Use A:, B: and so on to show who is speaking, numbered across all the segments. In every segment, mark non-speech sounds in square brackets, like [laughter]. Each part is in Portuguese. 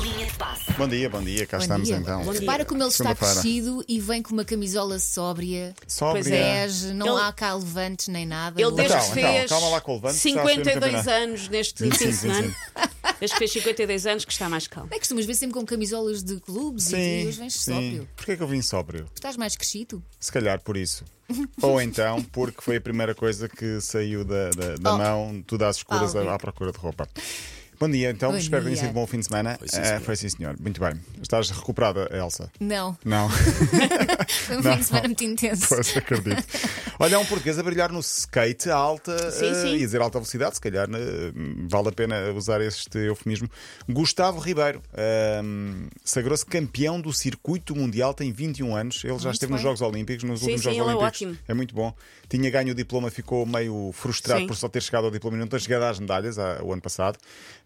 A: Linha de passe.
B: Bom dia, bom dia, cá
C: Bom
B: estamos
C: dia.
B: então.
C: Bom dia. Repara como ele está
B: Segunda-feira.
C: crescido e vem com uma camisola sóbria,
B: Sóbria.
D: Pois é.
C: bege, não
D: Ele-
C: há cá levantes nem nada.
D: Ele desde
B: Então,
D: que
B: então,
D: fez
B: calma lá com o levante, que já se vê no
D: 52
B: campeonato.
D: anos neste fim de semana. [laughs] Desde que fez 52 anos que está mais calmo.
C: Não é que costumas ver sempre com camisolas de clubes e
B: Sim,
C: hoje vens
B: sim.
C: sóbrio.
B: Porquê que eu vim sóbrio?
C: Estás mais crescido?
B: Se calhar por isso. [laughs] Ou então porque foi a primeira coisa que saiu da, da, da
C: Oh.
B: mão, tudo às escuras,
C: Algo.
B: à, à procura de roupa. Bom dia, então,
C: Bom
B: espero que tenha
C: dia.
B: sido um bom fim de semana.
E: sim,
B: Ah,
E: senhor.
B: foi sim, senhor. Muito bem. Estás recuperada, Elsa? [laughs]
C: Não.
B: Não,
C: [laughs] Foi um
B: Não.
C: fim de semana muito
B: [laughs]
C: intenso.
B: pois acredito. Olha, há um português a brilhar no skate a alta
D: Sim,
B: ah,
D: sim.
B: e dizer alta velocidade, se calhar né, vale a pena usar este eufemismo. Gustavo Ribeiro ah, sagrou-se campeão do circuito mundial, tem 21 anos. Ele já
C: Muito
B: esteve nos
C: bem.
B: Jogos Olímpicos, nos
D: Sim,
B: últimos
D: sim,
B: Jogos
D: ele é
B: Olímpicos.
D: ótimo.
B: É muito bom. Tinha ganho o diploma, ficou meio frustrado
D: Sim.
B: por só ter chegado ao diploma e não ter chegado às medalhas ah, o ano passado.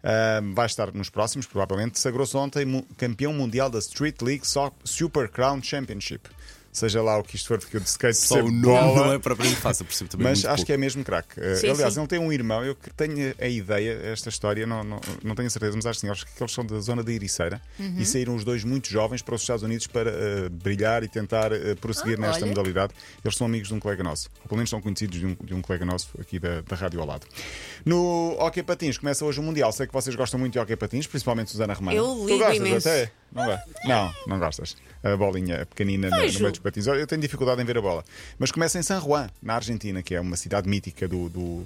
B: Ah, vai estar nos próximos, provavelmente. Sagrou-se ontem mu- campeão mundial da Street League So- Super Crown Championship. Seja lá o que isto for, porque o de skate
E: Só
B: percebe
E: o nome
B: bola,
E: não é propriamente fácil, percebo também.
B: Mas
E: muito
B: acho que
E: pouco.
B: é mesmo craque. Ah,
D: Sim,
B: aliás,
D: sim.
B: ele tem um irmão, eu que tenho a ideia, esta história, não, não, não tenho a certeza, mas acho que sim, acho que eles são da zona da Ericeira
D: Uhum.
B: e saíram os dois muito jovens para os Estados Unidos para ah, brilhar e tentar ah, prosseguir
C: Ah,
B: nesta
C: olha.
B: modalidade. Eles são amigos de um colega nosso, ou pelo menos são conhecidos de um, de um colega nosso aqui da, da rádio ao lado. No Hockey Patins, começa hoje o Mundial. Sei que vocês gostam muito de Hockey Patins, principalmente Susana Romana.
D: Eu
B: Tu
D: ligo
B: gostas
D: imenso.
B: até? Não, vai? não, não gostas. A bolinha pequenina no, no
D: Vejo.
B: meio dos patins. Olha, Eu tenho dificuldade em ver a bola. Mas começa em San Juan, na Argentina, que é uma cidade mítica do, do,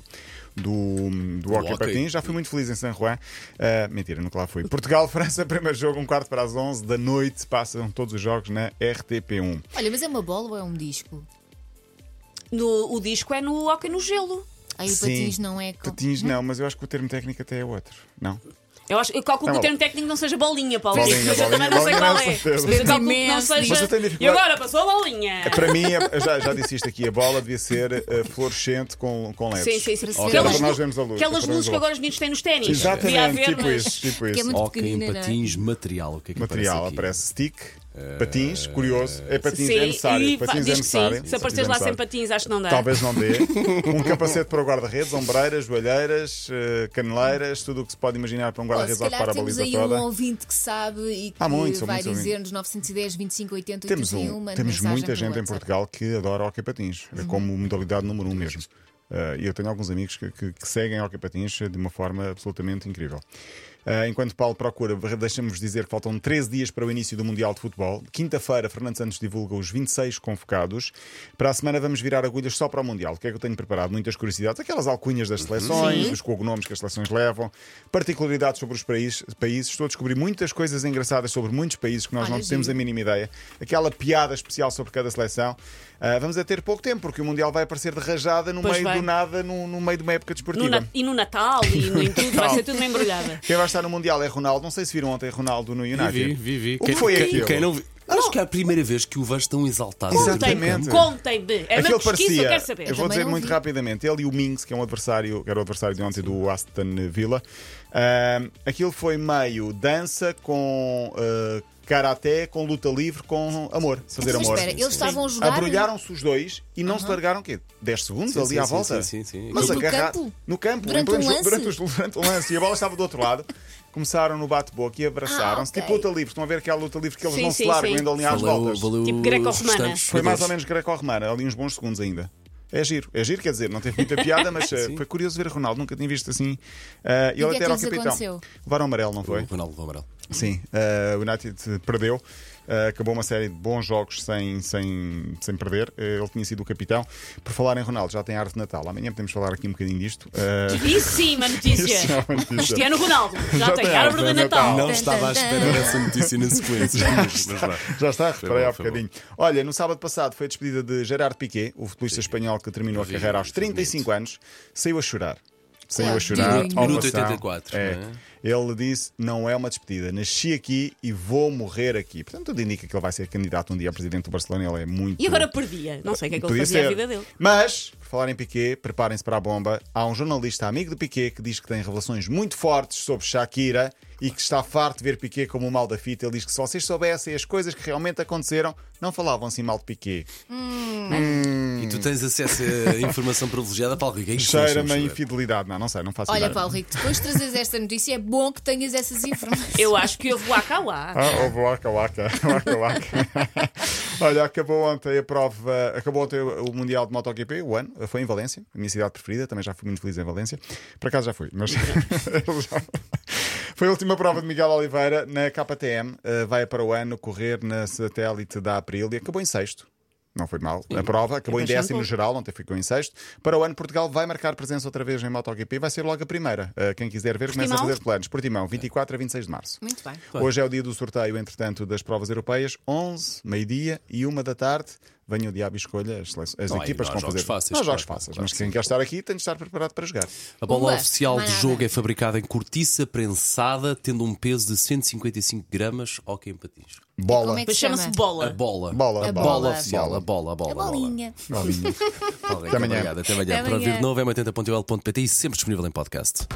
B: do, do hockey
E: hockey.
B: patins. Já fui muito feliz em San Juan. Ah, mentira, nunca lá fui. Portugal, [laughs] França, primeiro jogo, um quarto para as 11 da noite. Passam todos os jogos na RTP1.
C: Olha, mas é uma bola ou é um disco?
D: No, o disco é no Hockey no Gelo.
C: Aí o
B: Sim.
C: patins não é. com-
B: Patins não, mas eu acho que o termo técnico até é outro. Não?
D: Eu, acho, eu calculo que
B: Não.
D: o termo técnico não seja bolinha, Paulo.
B: Tá Bolinha,
D: mas eu também
B: bolinha,
D: não sei
B: bolinha,
D: qual
B: com
D: é.
B: certeza.
D: Mas eu calculo que não
C: Imenso
D: seja.
B: Mas eu tenho
D: E
B: dificuldade. É
D: agora passou a bolinha.
B: Para mim, eu já, já disse isto aqui: a bola devia ser ah, fluorescente com, com LEDs.
D: Sim, sim, sim.
C: Ok.
D: Aquelas
B: Para nós
D: lu-
B: vemos a luz, para
D: Aquelas
B: nós vemos
D: luzes
B: a
D: que
B: luz.
D: agora os meninos têm nos ténis. Devia
B: Exatamente,
D: haver,
B: tipo
D: mas-
B: isso. Tipo
C: Porque é
B: isso.
C: muito
E: Hockey em
C: pequenina, não é?
E: patins, material. O que é que
B: Material,
E: aparece
B: aparece stick, patins, curioso. É patins,
D: Sim,
B: é necessário.
D: e fa-
B: Patins é
D: diz que sim.
B: necessário.
D: Se apareceres lá
B: Patins é
D: sem
B: necessário.
D: patins, acho que não dá.
B: Talvez não
D: [laughs]
B: dê. Um capacete para o guarda-redes, ombreiras, joelheiras, eh, caneleiras, tudo o que se pode imaginar para um
C: Ou se
B: guarda-redes ocupar
C: calhar
B: a
C: temos
B: baliza
C: aí um
B: toda.
C: ouvinte que sabe e que
B: Há muitos, há
C: vai
B: muitos
C: dizer-nos 910, 25, 80,
B: Temos,
C: 81.
B: um,
C: mande
B: temos
C: mensagem
B: muita
C: pelo
B: gente em
C: WhatsApp. Uhum.
B: Portugal que adora hockey patins, é como modalidade número um mesmo. Eh, E eu tenho alguns amigos que, que, que seguem hockey patins de uma forma absolutamente incrível. Eh, enquanto Paulo procura, deixamos dizer que faltam 13 dias para o início do Mundial de Futebol. Quinta-feira, Fernando Santos divulga os 26 convocados. Para a semana vamos virar agulhas só para o Mundial. O que é que eu tenho preparado? Muitas curiosidades, aquelas alcunhas
C: Uhum.
B: das seleções, os cognomes que as seleções levam, particularidades sobre os país- países. Estou a descobrir muitas coisas engraçadas sobre muitos países que nós
C: Olha,
B: não temos a
C: giro.
B: mínima ideia. Aquela piada especial sobre cada seleção. Ah, vamos a ter pouco tempo, porque o Mundial vai aparecer de rajada no
D: Pois
B: meio
D: vai.
B: do nada, no, no meio de uma época desportiva.
D: No Nat- e no Natal e no, em tudo, vai ser tudo uma embrulhada.
B: Quem vai estar no Mundial é Ronaldo. Não sei se viram ontem Ronaldo no United.
E: aqui? Vi, vi, vi.
B: O que foi
E: quem,
B: aquilo?
E: quem não vi? Acho que é a primeira vez que o vejo tão exaltado.
B: Exatamente.
D: Contem-me. É uma
B: Aquilo
D: pesquisa, eu
B: parecia.
D: quero saber.
B: vou
C: também
B: dizer
C: não
B: muito
C: vi.
B: rapidamente. Ele e o Mings, que é um adversário, que era o adversário de ontem do Aston Villa. ahm, aquilo foi meio dança com ah, karaté, com luta livre, com amor. Fazer
C: Mas
B: amor.
C: espera, eles estavam a jogar.
B: Abrulharam-se os dois e não se largaram o quê? 10 segundos
E: Sim,
B: ali
E: sim,
B: à
E: sim,
B: volta?
E: sim, sim, sim.
B: Mas
C: No
B: agarrar-
C: campo?
B: No campo,
C: Durante
B: em pleno
C: um
B: jogo,
C: lance?
B: durante, os- durante o lance e a bola estava do outro lado. Começaram no bate-boca e abraçaram-se.
C: Ah, ok.
B: Tipo luta livre. Estão a ver aquela luta livre que eles
D: Sim,
B: não se
D: sim,
B: largam,
D: sim.
B: ainda ali é às
E: Valeu,
B: voltas.
E: valeu
D: Tipo
E: os
D: greco-romana.
E: restantes
B: Foi mais ou
E: jogadores.
B: menos greco-romana, ali uns bons segundos ainda. É giro, é giro, quer dizer, não teve muita piada, mas eh, foi curioso ver Ronaldo, nunca tinha visto assim. Eh,
C: E
B: ele
C: o que é
B: até
C: que
B: era o
C: lhes
B: capitão.
C: aconteceu? Uhum.
B: Levaram amarelo, não foi?
E: O Um Ronaldo do Amaral.
B: Sim, eh, o United perdeu. eh, acabou uma série de bons jogos sem, sem, sem perder. Eh, ele tinha sido o capitão. Por falar em Ronaldo, já tem arte de Natal. Amanhã podemos falar aqui um bocadinho disto. Eh,
C: [laughs]
D: Isso sim, uma
B: isto é
D: notícia.
B: uma notícia.
D: Cristiano Ronaldo já tem árvore de
B: Ah.
D: Natal.
E: Não
C: Tan,
E: estava à
C: tan,
E: espera
B: [laughs]
C: tan.
E: dessa notícia na sequência. mas, mas vá.
B: Já está,
E: Foi
B: reparei
E: bom,
B: há
E: foi bom.
B: bocadinho. Olha, no sábado passado foi a despedida de Gerard Piqué, o futebolista espanhol que terminou a
E: Vi,
B: carreira aos
E: foi bonito.
B: 35 anos, saiu a chorar. Saiu
C: Ah,
B: a chorar.
C: tadinho.
B: ao
E: Minuto
B: passar.
E: 84,
B: É.
E: não é?
B: Ele disse: Não é uma despedida, nasci aqui e vou morrer aqui. Portanto, tudo indica que ele vai ser candidato um dia a presidente do Barcelona. Ele é muito.
D: E agora perdia. Não sei o que é que ele
B: Podia
D: fazia
B: ser.
D: a vida dele.
B: Mas, por falar em Piqué, preparem-se para a bomba. Há um jornalista amigo de Piqué que diz que tem revelações muito fortes sobre Shakira e que está farto de ver Piqué como o mal da fita. Ele diz que se vocês soubessem as coisas que realmente aconteceram, não falavam assim mal de Piqué.
E: E tu tens acesso a informação privilegiada, Paulo Rico. é isso que nós
B: Cheira-me a
E: temos de saber.
B: infidelidade. Não, não sei, não faço
C: Olha,
B: ideia.
C: Paulo Rico, depois de trazeres esta notícia, é bom que tenhas
B: [laughs]
C: essas informações.
D: Eu acho que houve waka waka.
B: Ah, houve waka [laughs] waka, waka waka. Olha, acabou ontem a prova, acabou ontem o Mundial de MotoGP, o ano, foi em Valência, a minha cidade preferida, também já fui muito feliz em Valência. Por acaso já fui, mas [laughs] ele já- Foi a última prova de Miguel Oliveira na KTM, eh, vai para o ano correr na satélite da Aprilia, acabou em sexto. Não foi mal. A prova acabou em
D: bastante
B: décimo no
D: bom.
B: geral, ontem ficou em sexto. Para o ano, Portugal vai marcar presença outra vez em MotoGP, vai ser logo a primeira. Eh, quem quiser ver, começa a
D: Portimão?
B: fazer planos. Portimão, 24 a 26 de março.
C: Muito bem.
B: Hoje é o dia do sorteio, entretanto, das provas europeias, 11, meio-dia e 1 da tarde. Venha o diabo e escolha as, sele- as
E: Não,
B: equipas
E: e não há
B: que vão
E: jogos
B: fazer.
E: fáceis,
B: não há jogos
E: claro,
B: fáceis,
E: claro
B: mas
E: que
B: quem quer estar aqui tem de estar preparado para jogar.
E: A bola
C: Uma,
E: oficial
C: mais
E: de
C: nada.
E: jogo é fabricada em cortiça prensada, tendo um peso de 155 gramas, hockey em patins.
B: Bola.
C: como é que
D: Mas chama-se
E: A
D: bola.
E: bola.
B: Bola,
E: a
B: a
E: bola,
B: bola.
E: oficial, a bola, a bola.
C: A
E: a bola.
C: bolinha.
B: Bolinha.
E: Paulo Rico,
B: Até amanhã.
E: é? Obrigado, até amanhã.
C: Até
E: Para ouvir
C: amanhã.
E: de novo é 80.ol.pt e sempre disponível em podcast.